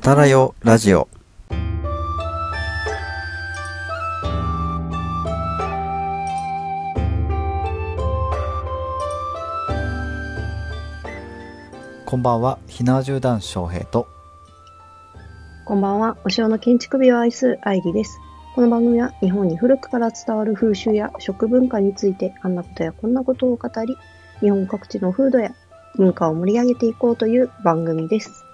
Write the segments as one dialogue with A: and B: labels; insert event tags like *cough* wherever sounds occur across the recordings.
A: たらよラジオこんばんはひなわじゅうだん翔平と
B: こんばんは。お城の建築美を愛す愛理です。この番組は日本に古くから伝わる風習や食文化についてあんなことやこんなことを語り、日本各地の風土や文化を盛り上げていこうという番組です。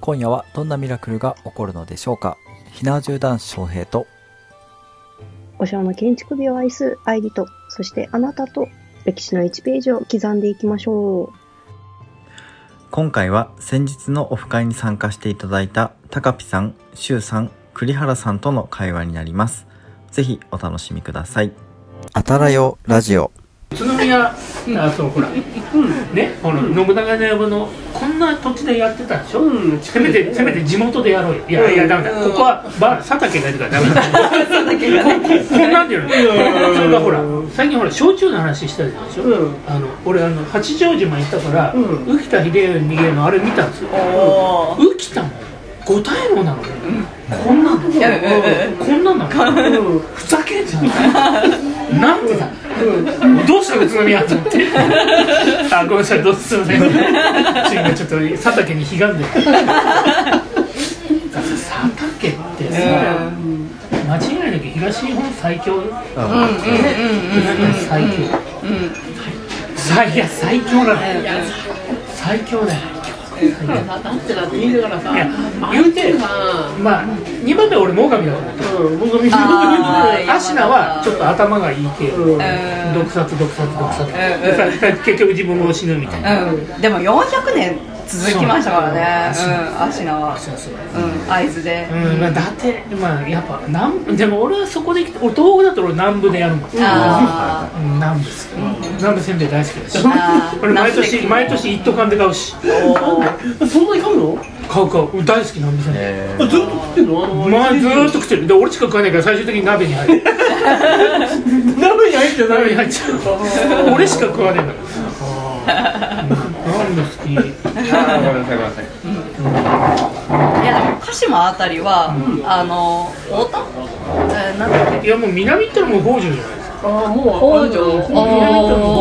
A: 今夜はどんなミラクルが起こるのでしょうかひなわじゅうだん翔平と
B: お城の建築美を愛す愛理と、そしてあなたと歴史の1ページを刻んでいきましょ
C: 今回は先日のオフ会に参加していただいた高ピさん、シュウさん、栗原さんとの会話になります。ぜひお楽しみください。
A: あたらよラジオ
D: 宇都宮あそうほら、ねこの信長の野望のこんな土地でやってたでしょ、せめてせめて地元でやろうよいや、いやダメだここはば佐竹がいるからダメだここんなんでやるそれがほら最近ほら焼酎の話してたでしょ、あの俺あの八丈島行ったから、浮田秀頼逃げるのあれ見たんですよ浮田も五体楼なのね、こんなの、こんなの、ふざけんじゃんなんてさ、どうした宇都宮と思って *laughs* あごめんなさいどうすいません次ちょっと佐竹にひがんでる佐竹ってさ、間違いなく東日本最強よ最強最いや最強だね最強だよ
E: だってだっていいんだからさ
D: いや言うて
E: あ
D: まあ2番目は俺最上だから
E: あー
D: アシナはちょっと頭がいい系毒殺毒殺毒殺でさ結局自分も死ぬみたいな
F: うん、でも400年続きましたからね、うん、芦名は、
D: そうそう
F: うん、会津で、
D: うん、まあ、だって、まあ、やっぱ、南、でも、俺はそこで生きて、俺、東北だと、俺、南部でやるもん。
F: あ
D: うん南部好き、南部せんべい大好きだし
F: あ
D: *laughs*
F: ー
D: 俺毎
F: 南部で
D: 年毎年一斗缶で買うし
E: ーそんなに買うの
D: 買う買う俺大好き南部せんべい、
E: ずっと食ってんのあの
D: まあずーっと食ってるで俺しか食わないから最終的に鍋に入る
E: 鍋に入って
D: 鍋に
E: な
D: 入
E: い
D: っちゃう俺しか食わないから南部好き
F: いやでも鹿島あたりは、あの太田、えー、なんだっけ
D: いやもう南行ったらもう北条じゃないですか
E: ああもう
F: 北条
E: あ
F: あ
E: あ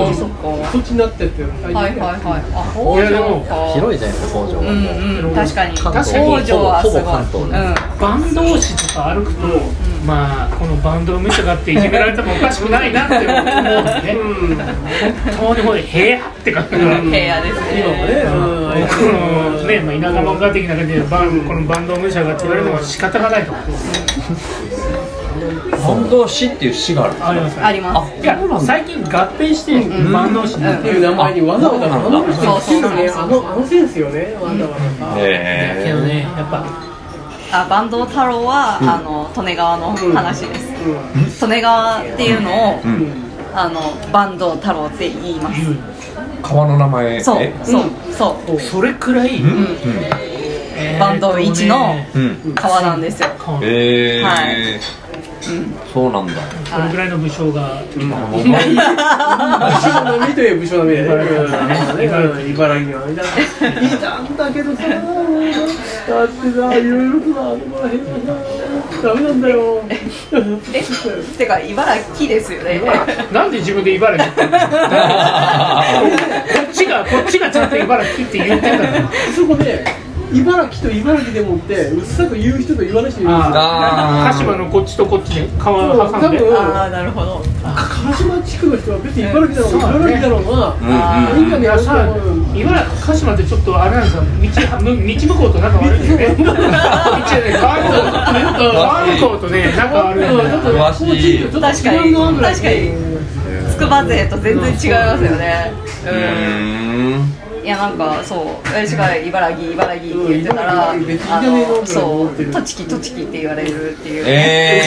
F: あそっか
E: こっちになってって
F: はいはいはいあ
D: いやでも
F: 北条か
C: 広いじゃないですか、工場
F: う
C: は。
F: んうん確かに
C: 関
D: 東
F: 北条はすごい
C: ほぼ関東ね
F: う
D: 坂東市とか歩くと、まあこのバンドを見たかっていじめられてもおかしくないなって思うんでね、本当にこれ平和って感じが、
F: ん、平野ですね
E: 今はねうんあれ
D: このね、まあ、田舎漫画的な感じでバンこのバンドを見たかって言われても仕方がないと思うんです
G: 本動市っていう市がある
D: あります
F: あります
D: いや最近合併してバンドをしな
E: っ
D: ってて
E: いう名前にわざわざ頼む人がいるよね
F: そうそうそうそう
E: あのあのセンスよねわざわざさ
D: けどねやっぱ
F: あ坂東太郎は、あの利根川の話です、
E: うん
F: 利根川っていうのを、
E: うん
F: あの坂東太郎って言います、
G: 川の名前
F: そう
G: え
F: そうそう、
D: それくらい、
F: バンド一の
G: うん
F: 川なんですよ
D: このこ
G: えー
F: は
G: そうなんだ
D: のぐらいの武将が
E: 武将並みといえば武将並みだよね
D: 茨
E: うん茨城にはいたんだけどさだってさいろいろさあのこら辺はさダメなんだよ
F: えってか茨城ですよね
D: なんで自分で茨城って言ってんのこっちがこっちがちゃんと茨城って言ってんだから
E: *laughs* そこで茨城と茨城でもってうっさく言う人と言わない人いるんですよ
D: あ
G: あー
D: 鹿島のこっちとこっちで川を挟んで
E: そう多分
F: ああなるほど
E: 鹿島地区の人は別に茨城だろう
D: そ
E: が
D: うだね
E: 茨城だろうが
G: うんうん
E: 何が
D: い
E: ね
D: やさ茨城鹿島ってちょっとあれなんですか道道向こうと仲悪いん
G: *laughs*
D: ですね道ね川向こうとね仲悪いんだよ
E: ちょっとこの地域とちょっと
F: 確か
E: 違う
F: に
E: なぐらい
F: 確かに筑波勢と全然違いますよね
G: うーん
F: うんいやなんかそう私が茨城茨城って言ってたらあ
E: うん茨城別にいいんじゃねえの
F: のそ
E: ぐらい思って
F: う
E: る
F: 栃木栃木って言われるっていう
G: え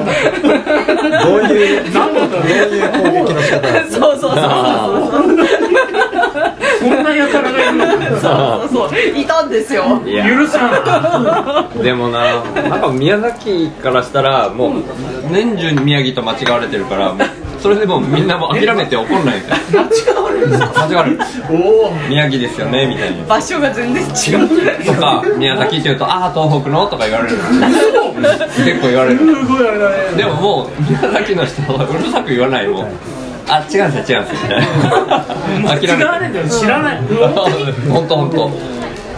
G: ーどういうどういう攻撃の仕方なんです
F: *laughs* そうそうそうそう
G: か
D: こんなやからがいるの
G: *laughs*
F: そうそういたんですよ
G: いや
D: 許さん
G: でもななんか宮崎からしたらもう年中に宮城と間違われてるからもうそれでもうみんなも諦めて怒んないんだ
E: 間
G: よ
E: 違われるんですか
G: 間違われる
E: おお
G: 宮城ですよねみたいに
F: 場所が全然違う
G: とか宮崎って言うとああ東北のとか言われる結構言われる
E: すごいあれだね
G: でももう宮崎の人はうるさく言わないもんあ違うんですよ違うんですよみたいな諦
D: 違われ
G: め
D: ん
G: て
D: だよ知らない
G: 本当本当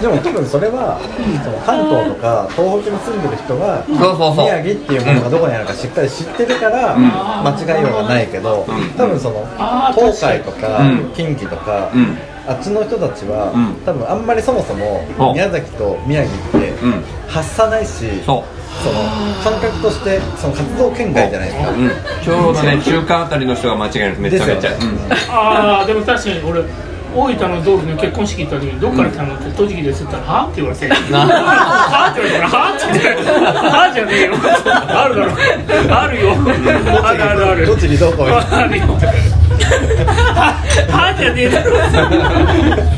H: でも多分それはその関東とか東北に住んでる人が
G: そうそうそう
H: 宮城っていうものがどこにあるかしっかり知ってるから
G: ん
H: 間違いようがないけど
G: ん
H: 多分その東海とか
G: うん
H: 近畿とか
G: うん
H: あっちの人たちは
G: うん
H: 多分あんまりそもそ
G: そ
H: も
G: う
H: 宮崎と宮城って
G: うん
H: 発さないしその
G: そう
H: 感覚としてその活動圏外じゃないですか
G: うん、ちょうどね中間あたりの人が間違えるんですめちゃめちゃ、
H: ですよね
D: ああでも確かに俺大分の道具の結婚式行った時にどっから来たのって栃木ですって言ったら「はあ?」って言われて「はあ?」って言われたら「はあ?」って言って「はあ?」じゃねえよあるだろあるよあるあるある
H: どっちにどこ行
D: あるよはあじゃねえだろ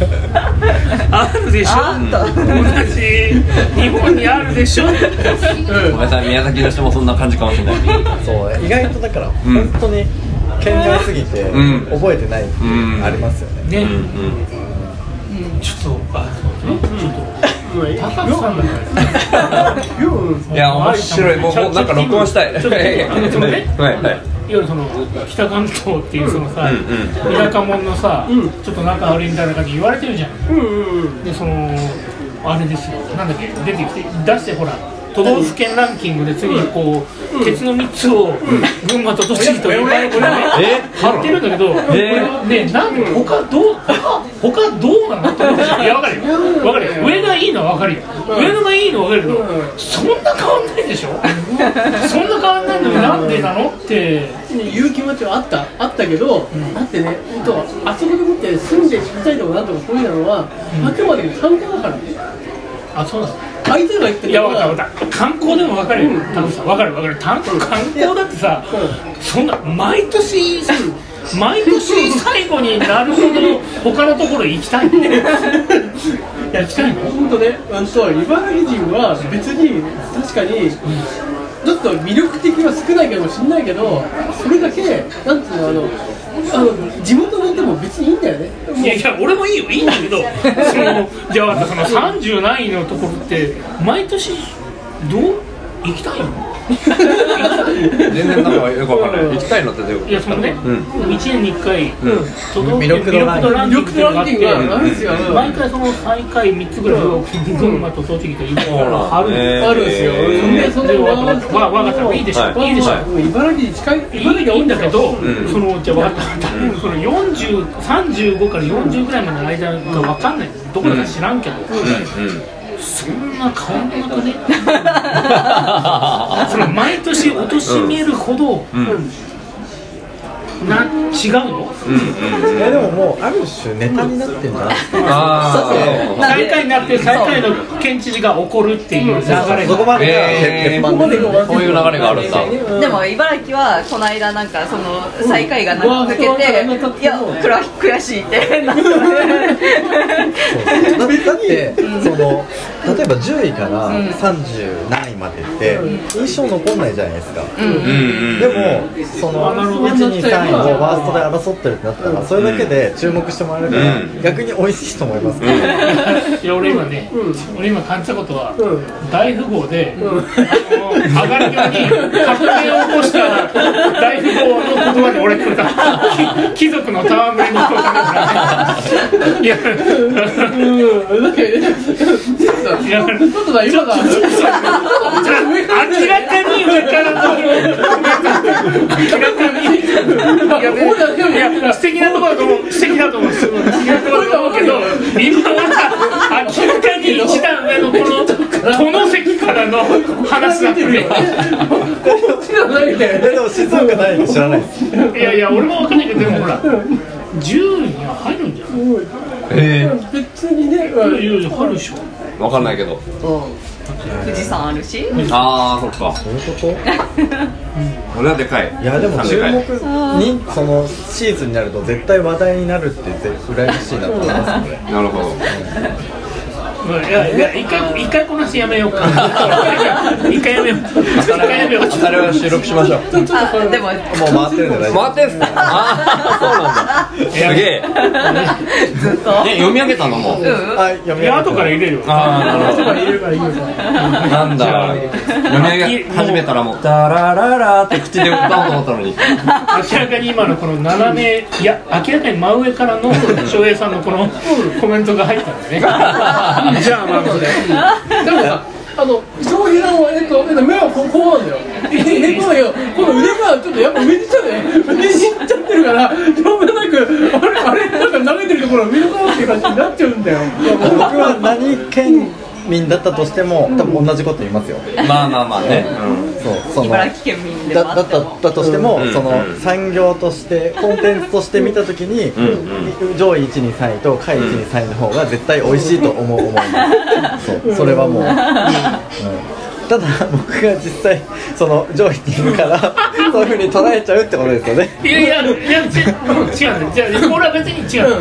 D: あるでしょ同じ日本にあるでしょ、うん
G: ごめんなさい宮崎の人もそんな感じかもしれない
H: そう意外とだから
G: ん
H: 本当に県外すぎて
G: ん
H: 覚えてないって
G: うん
H: ありますよね
D: ね、
G: うんうん
D: ちょっと、あ、そうね、ちょっと、うん、高橋さんだから。
G: いや面白いもうもうなんか録音したい
D: ちょっと、でもね、
G: はいはい
D: いわゆるその北関東っていうそのさ、
G: う
D: 田舎者のさ、ちょっと仲悪いみたいな感じ言われてるじゃん。で、その、あれですよ、なんだっけ、出てきて、出してほら。都道府県ランキングで次にこう、ケツの3つを群馬と栃木と茨城で
G: え
D: やってるんだけど、ね、なんで他どう他他どうなのって思っていやわかるよわかるよ上がいいのはわかるよ上野がいいのはわかるけどそんな変わんないでしょそんな変わんないのになんでなのって
E: 言う気持ちはあったあったけど、だってね本当あそこでもって住んで小さいとかなんとかこういうのは、あくまでも観光だからね
D: あそうなの
E: 相手が言って
D: い
E: る
D: や
E: の
D: わかるわ
E: は
D: かる観光でもわかるよ田口さんわかるわかる観光観光だってさそんな毎年毎年最後になるほど他のところ行き *laughs* たいね行きたいの
E: 本当ね、うんと茨城人は別に確かに、ちょっと魅力的は少ないかもしれないけど、それだけ、なんていうの、あの、あの地元にいても別にいいんだよね、
D: いやいや俺もいいよいいんだけどそのじゃあその30何位のところって毎年どう行きたいの
G: 全然なんかよくわかんない行きたいのってどういうこと
D: いやそのね、
G: うん
D: 一年に一回、都道府
H: 魅
D: 県
H: 力
D: 魅
H: 度
D: 力度ランキングっていうのがあっ
E: 魅力度ランキングがあるんです
D: て
E: ようん
D: 毎回その最下位3つぐらいを群馬と栃木と茨城があるんです
E: あるんですよ、
G: えー
E: でそんな
D: で
E: に
D: わわわかったいいでしょ、
G: はい
D: い、いでしょ、
G: はい
E: 茨城に近い、
D: い
E: 茨城はいいい
D: ん
E: ん
D: だ
E: だ
D: け
E: け
D: ど、
E: ど、
G: ん
D: そのじゃあ分かった、その40 35から40ぐらいまでの間が分かんないどこだか知らんけど、そんな変わんなくねその毎年貶としめるほど、な違うの
H: いやでももうある種ネタになってんだ
G: あ
F: そう
G: あ
F: なん
D: 最
F: で
D: 下位になって最下位の県知事が怒るっていう流れが
H: そこまでが鉄
G: えー
H: 板
E: ここまでが
G: そういう流れがあるんだ
F: でも茨城はこの間なんかその最下位がなんか抜けていやくら悔しいってなった
H: そうだだってその例えば10位から30何位までって印象残んないじゃないですか
G: うんうん
H: でもその123位をファーストで争ってるってなったらそれだけで注目してもらえるから
G: うん
H: 逆に美味しいと思いますけど
D: いや俺今ね、俺今感じたことは、
E: う
D: 大富豪で、あの上がり際に革命を起こした大富豪の言葉に俺来た貴貴族の戯れの言葉だいや
E: うん、だけどね、
D: いや
E: ちょっとだ、今だ、
D: 明らかに上からの明らかにいやいや素敵なところだと思う素敵だと思うんです素敵なところだと思うけど今は明らかに一段上のこのこの席からの話だったね
H: でも静岡何位か知らないです
D: いやいや俺も分かんないけどでもほら10位には入るんじゃない
G: え
E: 別にね、うん
D: 10位に入るでしょ
G: ーわかんないけど
F: 富士山あるし
G: ああそっか
H: どういうこと
G: 俺はでかい
H: いやでも注
G: でかい
H: 目にそのシーズンになると絶対話題になるって絶羨ましいなと思いますね
G: なるほど
D: うんいやいや一回一回この話やめようか一回やめよう一回やめよう
G: それは収録しましょう
E: ちょっとこ
F: あ
E: れ
F: でも
H: もう回ってるんじゃない
G: 回ってんすかあーそうなんだすげえ
F: ずっと
G: え読み上げたのもう
F: うん
H: はい、読み
D: いや後から入れるよ
G: ああなるほ
E: 後
G: ど
E: から入れるからいいよ
G: なんだ読み上げ始めたらもう「ダラララ」って口で歌おうと思ったのに
D: 明らかに今のこの斜めいや明らかに真上から *laughs* の翔平さんのこ *laughs* のコメントが入ったんだね *laughs* じゃあまあそれ
E: でもさあの翔平のえっとえっと目はこうこうなんだよ。でこうよこの腕がちょっとやっぱ上に行っちゃうね上に行っちゃってるから両目なくあれあれなんか投げてるところ上の方っていう感じになっちゃうんだよ。
H: 僕は何県民だったとしても、多分同じこと言いますよ。
G: まあまあまあね
H: そう、その。
F: 茨城県民で
H: だ
F: もあ
H: だ
F: っ
H: ってた
F: も
H: だとしても、
G: うん
H: その
G: うん
H: 産業としてコンテンツとして見たときに、上位123位と下位123位の方が絶対美味しいと思う思います、そうそれはもう、うんただ僕が実際その上位にいるからそういうふうに捉えちゃうってことですよね
D: いやいやいやち違うんですじゃあ *laughs* これは別に違う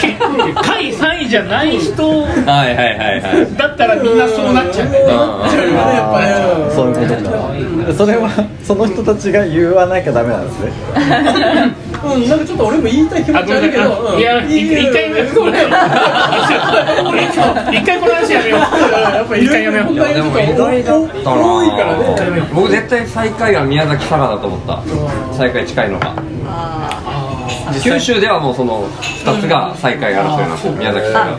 D: 結構下位3位じゃない人
G: はいはいはいはい
D: だったらみんなそうなっちゃうね
G: うん
E: そういうねやっぱね
H: あーそういうことかそれはその人たちが言わなきゃダメなんですね
E: うん、なんかちょっと俺も言いたい気持ちあるけ *laughs*
D: あごめんなさ
E: ど、
D: いいや一一回目
E: こ
D: *laughs*
E: れ、
D: 一回この話やめよう
E: やっぱい
D: 一回やめよう
E: ろい
G: い
E: ろ
G: やでも意外だったな
E: 多いからね。
G: 僕絶対最下位は宮崎佐賀だと思った最下位近いのが
F: あ
G: 九州ではもうその2つが最下位争いなんですよ宮崎佐賀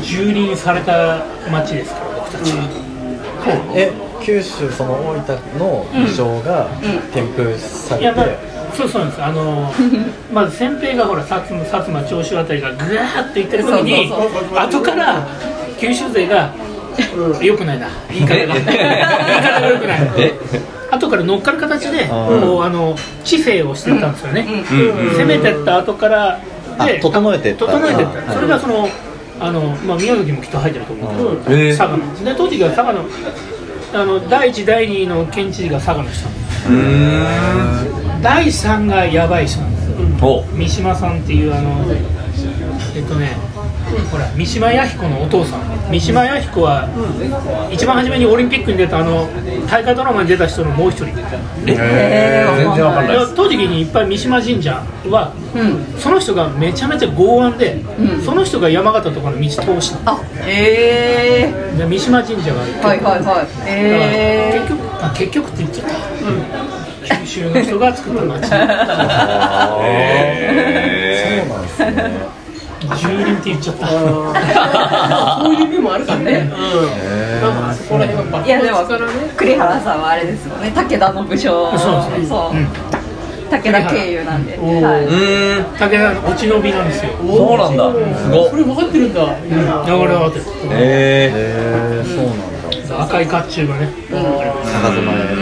D: 蹂躙された町ですから僕たちは
H: え九州その大分の武将が添付さ
D: い
H: れ
D: や
H: て、
D: まあそうそうなんですあの *laughs* まず先兵がほら薩摩薩摩長州あたりがぐわーっていった時に
F: そうそう
D: 後から九州勢が良くないな言い方が *laughs*
G: え
D: 言い方が良くない
G: え
D: 後から乗っかる形で
H: あー
D: こうあの知性をしてったんですよね、
G: うんうん
D: 攻めてった後から
H: あ
D: で
H: 整えてった
D: 整えてっ
H: あ
D: た
H: はい
D: それがそのあの、まあ、宮崎もきっと入ってると思うけど、
G: うん
D: 佐賀ので当時が佐賀のあの第一第二の県知事が佐賀の人なんです
G: うーん
D: 第三がやばい人なんですよ
G: お
D: 三島さんっていうあのえっとねほら三島弥彦のお父さん三島弥彦は一番初めにオリンピックに出たあの大河ドラマに出た人のもう一人い
G: えー全然わかんないで
D: や
G: す
D: 当時にいっぱい三島神社は
F: ーうん
D: その人がめちゃめちゃ剛腕で、その人が山形とかの道通した
F: あええ
D: で三島神社がある
F: ー、はいはいはいえ
D: だから結局あ結局って言っちゃった、九州の人が作った町
G: え
H: そうなんですね
D: 蹂躙って言っちゃった
E: そういう意味もあるからね。うん。なんかそこら辺は
F: ーいやでも
E: からね。
F: 栗原さんはあれですもんね武田の武将
D: そうですね
F: そう
D: うん
F: 武田経由なんで、
D: 栗原
F: はい、
G: うー
D: 武
G: ん
D: 田の落ち延びなんですよ
G: そうなんだすごっ
E: これ分かってるんだ。
D: 流れはあって
G: え
H: え
G: え
H: ー、そうなんだ
D: 赤い甲冑がね、
H: 長妻へ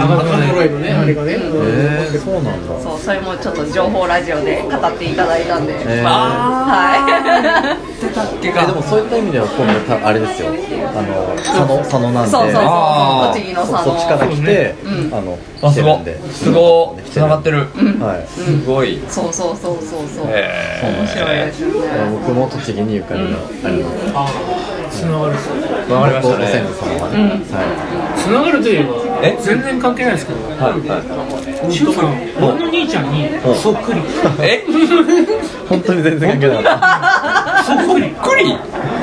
D: 赤
E: 赤
D: がね
E: 揃いのね、あれがね。
H: えー、そうなんだ
F: そうそれもちょっと情報ラジオで語っていただいたんで、
H: えー
F: はい
H: えでもそういった意味では今度たあれですよあの佐野佐野なんで
F: そうそうそう
G: あー
F: 栃木の佐
H: そ
F: 野
H: っちから来て、
F: うん
H: あの来て
G: あす
H: る
G: ご
H: ん
G: っ
H: です
G: ごっ繋がってる
H: はい
G: すごい
F: そうそうそうそうそう、
G: え
F: 面白いで
G: え
F: すよね
H: 僕も栃木にゆかりのあれの
D: つながる
G: ーわかりました
H: ご先
G: ね
H: 祖様が、は
D: つながるといえば
G: え
D: 全然関係ないですけど
G: はいは
D: 柊さん俺の兄ちゃんにそっくり
G: いえ
H: い本当に全然関係なかっ
D: そっくり
G: 栗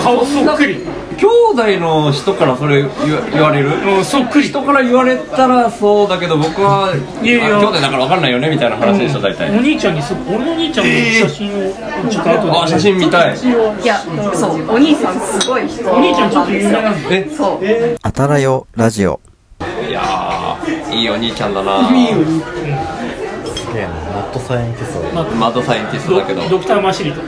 D: 顔そっくり
G: 兄弟の人からそれ言わ言われる
D: うんそっくり
G: 人から言われたらそうだけど僕はあ
D: いやいや
G: 兄弟だから分かんないよねみたいな話でしょ大
D: お
G: 体
D: 兄ちゃんにそ俺の兄ちゃんの写真をちょっと後で
G: あ写真見たい
F: いやそうお兄さんすごい人
D: お兄ちゃんちょっと有名なんで
G: え
F: そう
A: あたらよラジオ
G: いやーいいお兄ちゃんだな
H: たすげえなマットサイエンティストだ
G: マッドサイエンティストだけど
D: ドドクターマシリと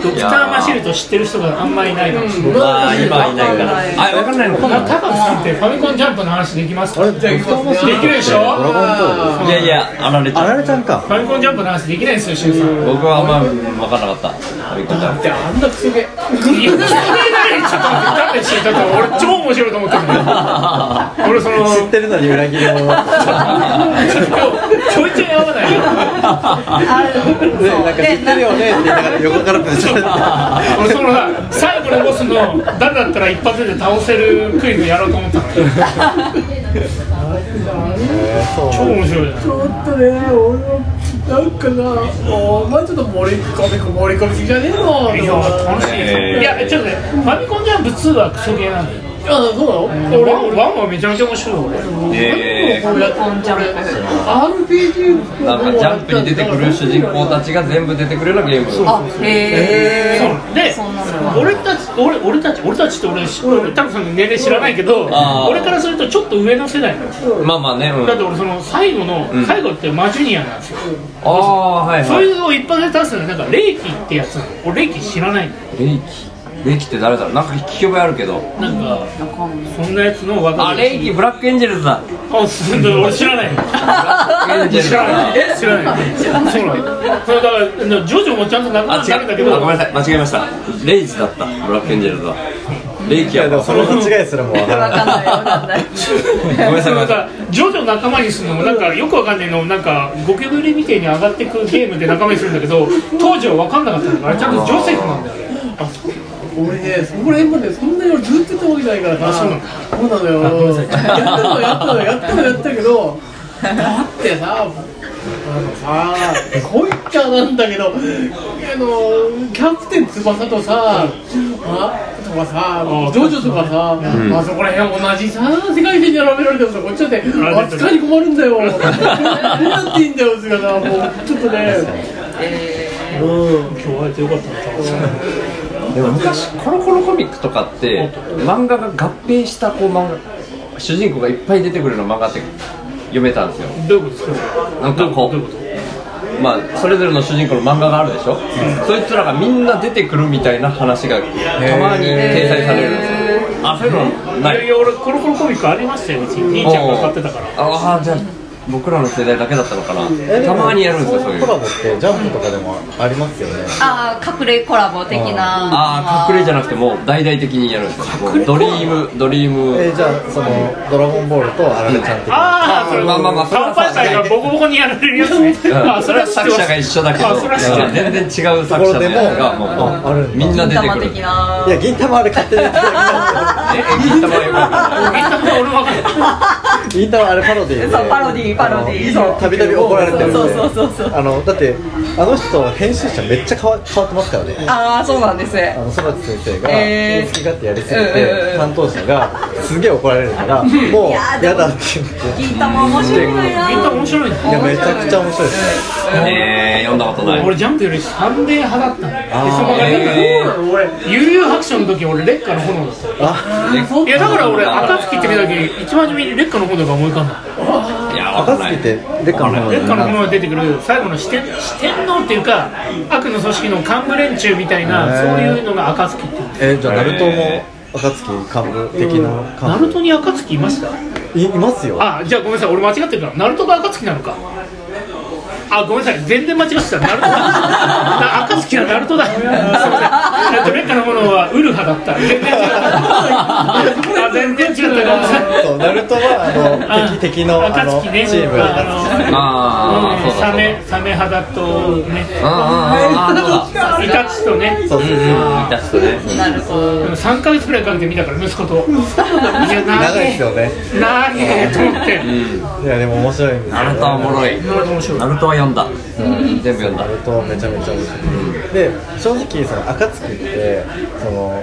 D: ドクターマシリと知ってる人があんまりいないかもしれない
G: まあ今いないからあ分かんないのか
D: 高
G: な
D: 橋さんってファミコンジャンプの話できますかで
E: じゃあ行きますね。
D: きるでしょ
H: ドラゴン
D: フ
H: ボール
G: いやいやあられち
H: あ
G: ゃ
H: ら
G: う
H: れちゃんか
D: ァミコンジャンプの話できないですよ柊さん
G: 僕はあんま分からなかったあれ
E: だってあんなくせ毛。
D: いや聞いてないちょっと待ってちょっと待って俺超面白いと思ったんだけど俺その
H: 知ってるのに裏切り者
D: ちょいちょい合わないよ
F: あそう
H: ねなんか知ってるよねって言いながら横からぶつかって
D: 俺そのさ最後これボスの誰だったら一発で倒せるクイズやろうと思ったのに超面白いじゃない
E: ちょっとね、俺はなんかな、お前ちょっと盛り込み盛り込みすぎじゃねえの
D: いや楽しいです
G: えー
D: いやちょっとねファミコンジャンプ2はクソゲーなんだよ
E: あ、そうなの
D: 俺
E: 俺、
D: ワン
E: 俺、
D: はめちゃめちゃ面白い俺
G: えー
E: 俺、RPG
G: なんかジャンプに出てくる主人公たちが全部出てくるようなゲーム
F: あへえ
D: そうで
F: そうなんだ
D: 俺たち俺俺たち俺たちって俺し俺多分その年齢知らないけど
G: あー
D: 俺からするとちょっと上の世代なの
G: まあまあね、うん、
D: だって俺その最後の、
G: うん
D: 最後ってマジュニアなんですよ、
G: ああはい
D: そ
G: はい
D: れを一発で出すのはなんか霊気ってやつなの俺霊気知らないの
G: 霊気霊気って誰だろうなんか聞き覚えあるけど
D: なんかそんなやつの技
G: あ霊気ブラックエンジェルズだ
D: あすんだ俺知らない
G: エンジェル
D: 知
G: ズ
D: ら
G: だ
D: ないえ知らないそうなのそれだからジョジョもちゃんとなく
G: あ
D: なった
G: 違
D: んだけ
G: う
D: ど
G: あごめんなさい間違えましたレイジだったブラックエンジェルズだ霊気
H: や
G: は
H: でもその
G: ご
H: 間違いすらもわか
F: 分
H: らな
F: か
H: い
F: んない分かんない
G: め
D: そ
G: んな
D: れ
G: さいごめ
D: が
G: んなさ
D: さジョジョ仲間にするのもなんかよくわかんないのなんかゴキブリみたいに上がってくゲームで仲間にするんだけど当時はわかんなかったんだからちゃんとジョセフなんだよねあそう
E: 俺ね、そこら辺までそんなに俺ずっとやったわけじゃないからな
D: あそうなんだ
E: そうなのよやったのやったのやったのやったけどだってさあのさこいっちゃなんだけどあのキャプテン翼とさあとかさ
D: あ
E: ジョジョとかさ、
G: ん
E: あそこら辺同じさ世界線に並べられてもさこっちだって扱いに困るんだよどうやっていいんだよそれがさもうちょっとねうん
D: 今日会えてよかったな
G: さいでも昔コロコロコミックとかって漫画が合併したこう漫画主人公がいっぱい出てくるような漫画って読めたんですよ
D: どういうことですか
G: なんかこ
D: どういうこと
G: うまあそれぞれの主人公の漫画があるでしょ、そいつらがみんな出てくるみたいな話がたまに掲載されるんですよあそういうのない
D: いや俺コロコロコミックありましたようちに兄ちゃんが買ってたから
G: ああじゃあ僕らの世代だけだったのかな
H: えで
G: た
H: も
G: まにやるんですよそう
H: そ
G: いうう
H: コラボってジャンプとかでもありますよね
F: ああ隠れコラボ的な
G: ああ隠れじゃなくてもう大々的にやるんですよもうドリームドリー
H: え
G: ム
H: じゃあその「ドラゴンボール」と「アラレちゃん」的な
D: ああそれ
G: まあまあまあそれ
D: 乾
G: は
D: 杯会がボコボコにやられるやつね
G: うん
D: あそれは知ってま
G: 作
D: す
G: 者が一緒だけ
D: あ
G: ど
D: それは知ってる
G: 全然違う作者のやつがもう
H: ああるんだ
G: みんな出て
F: 玉
G: くる
F: 的ない
H: や銀玉あれ勝手にやってた
G: え銀玉よかっ
D: みんな俺わかんない
H: 銀玉あれパロディーで
F: そうパロディーパロディ
H: あ
F: ー
H: の
F: そう
H: たびたび怒られてるんで
F: そうそうそうそう
H: あのだってあの人編集者めっちゃ変わ変わってますからね
F: ああそうなんです
H: あの育ち先生が
F: えー
H: 好き勝手やりすぎ
F: うんうんう
H: て
F: ん
H: 担当者がすげえ怒られるからもう
F: や
H: や
F: でも
H: だって言って
F: 銀玉面白いのよ
D: みんな面白いね
H: いやめちゃくちゃ面白いです
G: たねえ読んだことない
D: 俺ジャンプよりサンデー派だったんだよでそこから
G: えー
E: 俺
D: 悠々白書の時俺烈火の炎だった
G: ね
D: いやだから俺暁って見た時一番初めに烈火の炎が思い浮かんだ
G: いやわかんな
H: 暁
G: い
H: ってレッカの方で
D: 烈火の炎が出てくる最後の四天四天王っていうか悪の組織の幹部連中みたいな
H: へ
D: そ
H: ー
D: ういうのが暁っていうんだよ
H: えじゃあナルトも
G: え
H: 暁幹部的な幹部
D: ナルトに暁いました
H: いいますよ
D: あじゃあごめんなさい俺間違ってるからナルトが暁なのかあごめんなさい全然間違ってたナルトだな暁はナルトだ *laughs* すいませんナルトレッカのものはウルハだった *laughs* 全然違ったあ全然違ったごめんなさい
H: そうナルトはあの敵敵のあのチ
D: 暁ね
H: ーム
D: あの
H: が
G: あー
D: うん
G: そうだ
D: サ
G: そうだ
D: メサメ肌とね
G: うんうんうんあそうだ
D: イタチとね
H: そうそうそう
G: うん出すとね
F: なるほど
D: でも3ヶ月くらいかけて見たから息子といや
H: 長
D: 長
H: い
D: い
H: ですよね
D: 長えと思って
H: いやでも面白いんですよ
G: ナルトはおもろい
D: ナルト面白い
G: ナルトは読んだ全部読んだ
H: ナルトめちゃめちゃ面白いで正直その暁ってその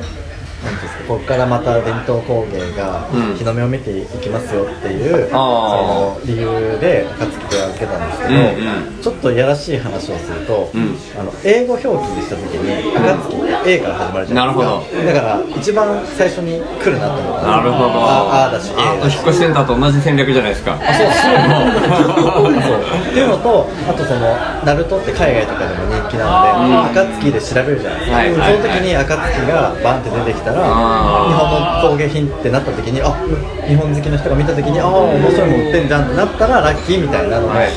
H: なんていうんですかここからまた伝統工芸が
G: うん
H: 日の目を見ていきますよっていう、そ
G: あ
H: の理由で暁手は受けたんですけど、
G: うん
H: ちょっといやらしい話をすると、
G: うん
H: あの英語表記にした時に暁って A から始まるじゃない
G: なる
H: ですかだから一番最初に来るなと思ったんですよ
G: なるほど
H: ああだし A
G: あと
H: だし
G: 引っ越しセンターと同じ戦略じゃないですかそう
H: そうっていうのと、あとその、ナルトって海外とかでも人気なので、暁で調べるじゃないですか、
G: はいはいは
H: そ
G: い
H: の時に暁がバンって出てきたら、
I: ら
G: あー
I: 日本の陶芸品ってなった時にあ日本好きの人が見た時にああ面白いもん売ってんじゃんってなったらラッキーみたいなのを考
G: はいは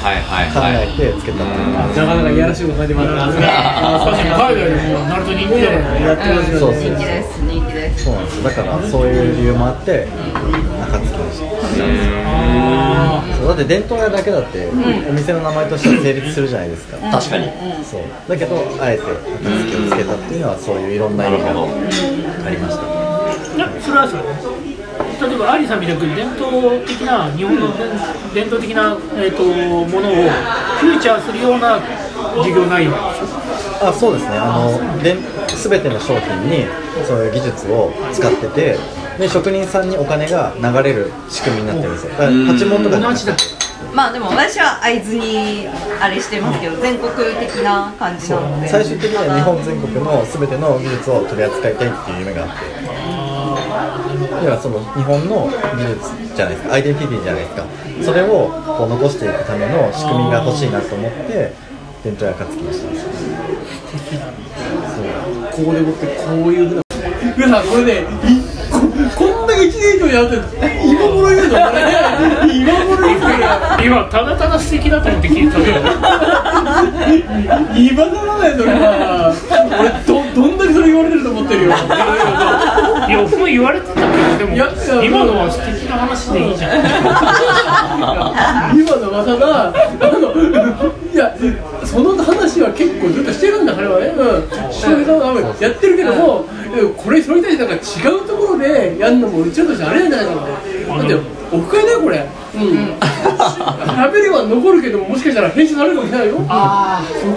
G: いはいはい
I: えてつけたっていう
E: なかなかいやらしいこと書いてますからね
D: 確かに海外でもナルト人気だよね
E: やってますよ
I: そう
E: ね
I: そう
F: 人気です人気です
I: そうなんですよだからそういう理由もあって中継にしてそうだって伝統屋だけだってお店の名前としては成立するじゃないですか、
G: 確かに
I: そうだけどあえて中継をつけたっていうのはそういういろんな意味がありました
D: いやそれはそう例えばアリさんみたく伝統的な日本の伝統的な、えー、とものをフューチャーするような事業内容なんでしょ
I: あそうですねあので全ての商品にそういう技術を使っててで職人さんにお金が流れる仕組みになってるんですよだからパチモンとか
D: 同じだ
F: まあでも私は会津にあれしてますけど全国的な感じなので
I: 最終的には日本全国の全ての技術を取り扱いたいっていう夢があって要はその日本の技術じゃないですかアイデンティティじゃないですかそれをこう残していくための仕組みが欲しいなと思って伝統やかつきにしたんですよ
E: こうでもってこういうふうな皆さんこれねいここんだけ1年以上やって今頃言うのこれね今頃言うの
D: 今ただただ素敵だと思って聞いたけど
E: 今ならないそれは俺どどんだけそれ言われてると思ってるよ
D: いや僕も言われてたけどでも
E: いやいや
D: 今のは素敵な話でいいじゃん
E: 今の技があのいやその話は結構ずっとしてるんだからね、うん、してるのはやってるけども、これそれに対してなんか違うところでやるのもうちとしてあれじゃないのだってオフ会だよこれうん喋りは残るけどももしかしたら編集されるかもしれないよそ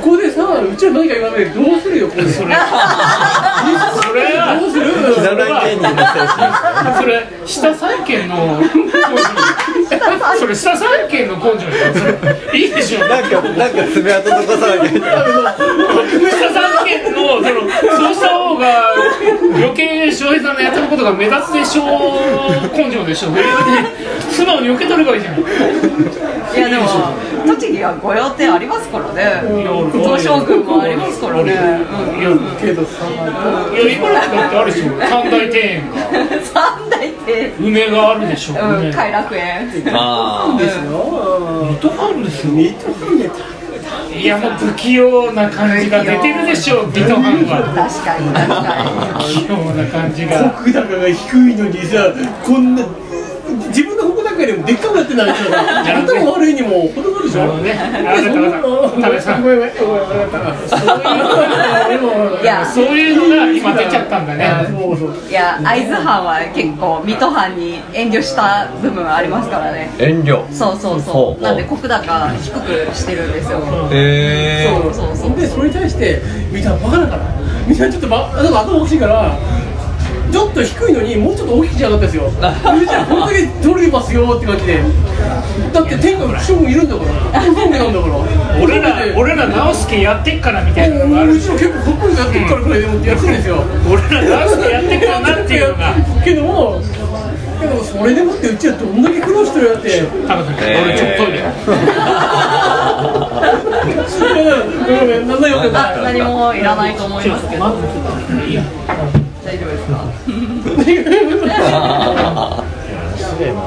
E: こでさうちは何か言わないでどうするよこれ *laughs*
D: それそれは
E: どうする
I: 知らない芸人の精神
D: それ下債権の根性それ下債権の根性だよそれいいでしょ
I: なんか、なんか爪痕残さなきゃいけない。
D: 下債権のそのそうした方が余計翔平さんのやってることが目立つでしょう根性でしょ素直に受け取ればいいじゃん
F: いやでも栃木は御用邸ありますからね東照宮もありますから
D: い
F: ね
D: や
E: けどさ
D: いや今だってあるでしょ三大庭園が
F: うん *laughs* 三大邸
D: 梅があるでしょ
F: う
D: 梅
F: ん偕楽園
G: あ
E: ですよ
D: 水戸があるですよいやもう不器用な感じが出てるでしょ水戸藩は
F: 確かに確かに
D: 器用な感じが
E: 国高が低いのにさこんな自分の国高よりもでっかくなってないでしょ頭悪いにも程があるでし
D: な
E: ょ
D: るほどねあ
E: そんなの
D: なたべさん
E: ごめんごめんごめんご
D: そういうのが
E: めん
F: いや
D: そういうのが今出ちゃったんだね
E: そうそう
F: いや会津藩は結構水戸藩に遠慮した部分ありますからね
G: ー遠慮
F: そうそう
G: ほう
F: そう
G: ほ
F: うなんで国高低くしてるんですよ
G: えー
F: そうそうそう
E: でそれに対してみんなバカだからみんなちょっとばなんか頭おかしいからちょっと低いのにもうちょっと大きくじゃなかったですよみんなこんだけ取れますよって感じでだって天下の将軍いるんだから天下なんだから
D: *laughs* 俺ら俺ら直輔やってっからみたいなのがある
E: うちの結構かっこよくやってるからくらいでもやってるんですよ
D: 俺ら直輔やってっからなっていうのが
E: けどもでもそれでもってうちはどんだけ苦労してるやって
D: タべさん俺ちょっとトイレ
E: ごめんなさいよかった
F: あ何もいらないと思いますけど大丈夫ですか
G: *laughs* 面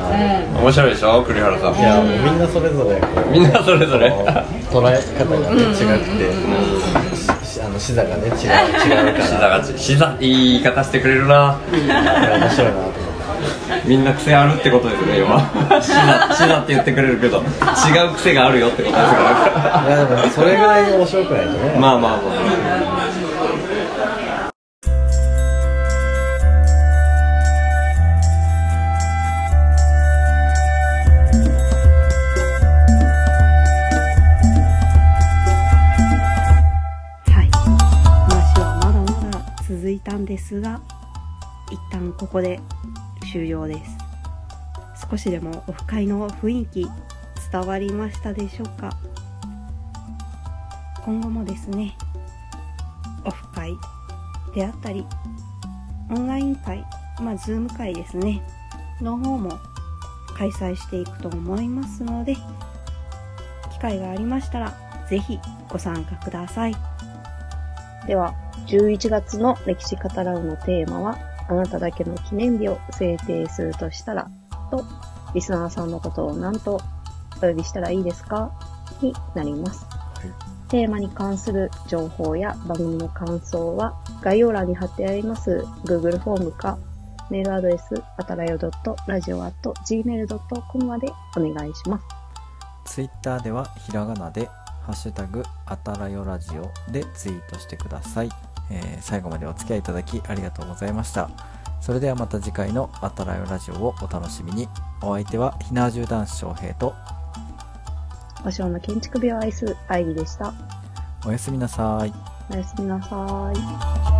G: 白いでしょ栗原さん
I: いや、もうみんなそれぞれ、こ *laughs* う。
G: みんなそれぞれ
I: 捉え方がね違くて、しあの視座がね違う違う
G: *laughs*
I: か
G: し
I: ら
G: ざがちしざいい言い方してくれるな
I: 面白いなと思って
G: みんな癖あるってことですね今
I: *laughs*
G: しざしざって言ってくれるけど違う癖があるよってことですから *laughs*
I: いやでもそれぐらい面白くないとね、
G: まあまあまあ
B: はい、話はまだまだ続いたんですが一旦ここで終了です少しでもオフ会の雰囲気伝わりましたでしょうか今後もですねオフ会であったりオンライン会まあズーム会ですねの方も開催していくと思いますので機会がありましたらぜひご参加くださいでは、11月の歴史語らうのテーマは、あなただけの記念日を制定するとしたら、と、リスナーさんのことを何とお呼びしたらいいですかになります。テーマに関する情報や番組の感想は概要欄に貼ってあります Google フォームかメールアドレス、あたらよ .radio.gmail.com までお願いします。
H: ツイッターではひらがなで、ハッシュタグ、あたらよラジオでツイートしてください。えー最後までお付き合いいただきありがとうございました。それではまた次回のあたらよラジオをお楽しみに。お相手はひなじゅう男子翔平と、
B: 和尚の建築美を愛す愛理でした。
H: おやすみなさい。
B: おやすみなさい。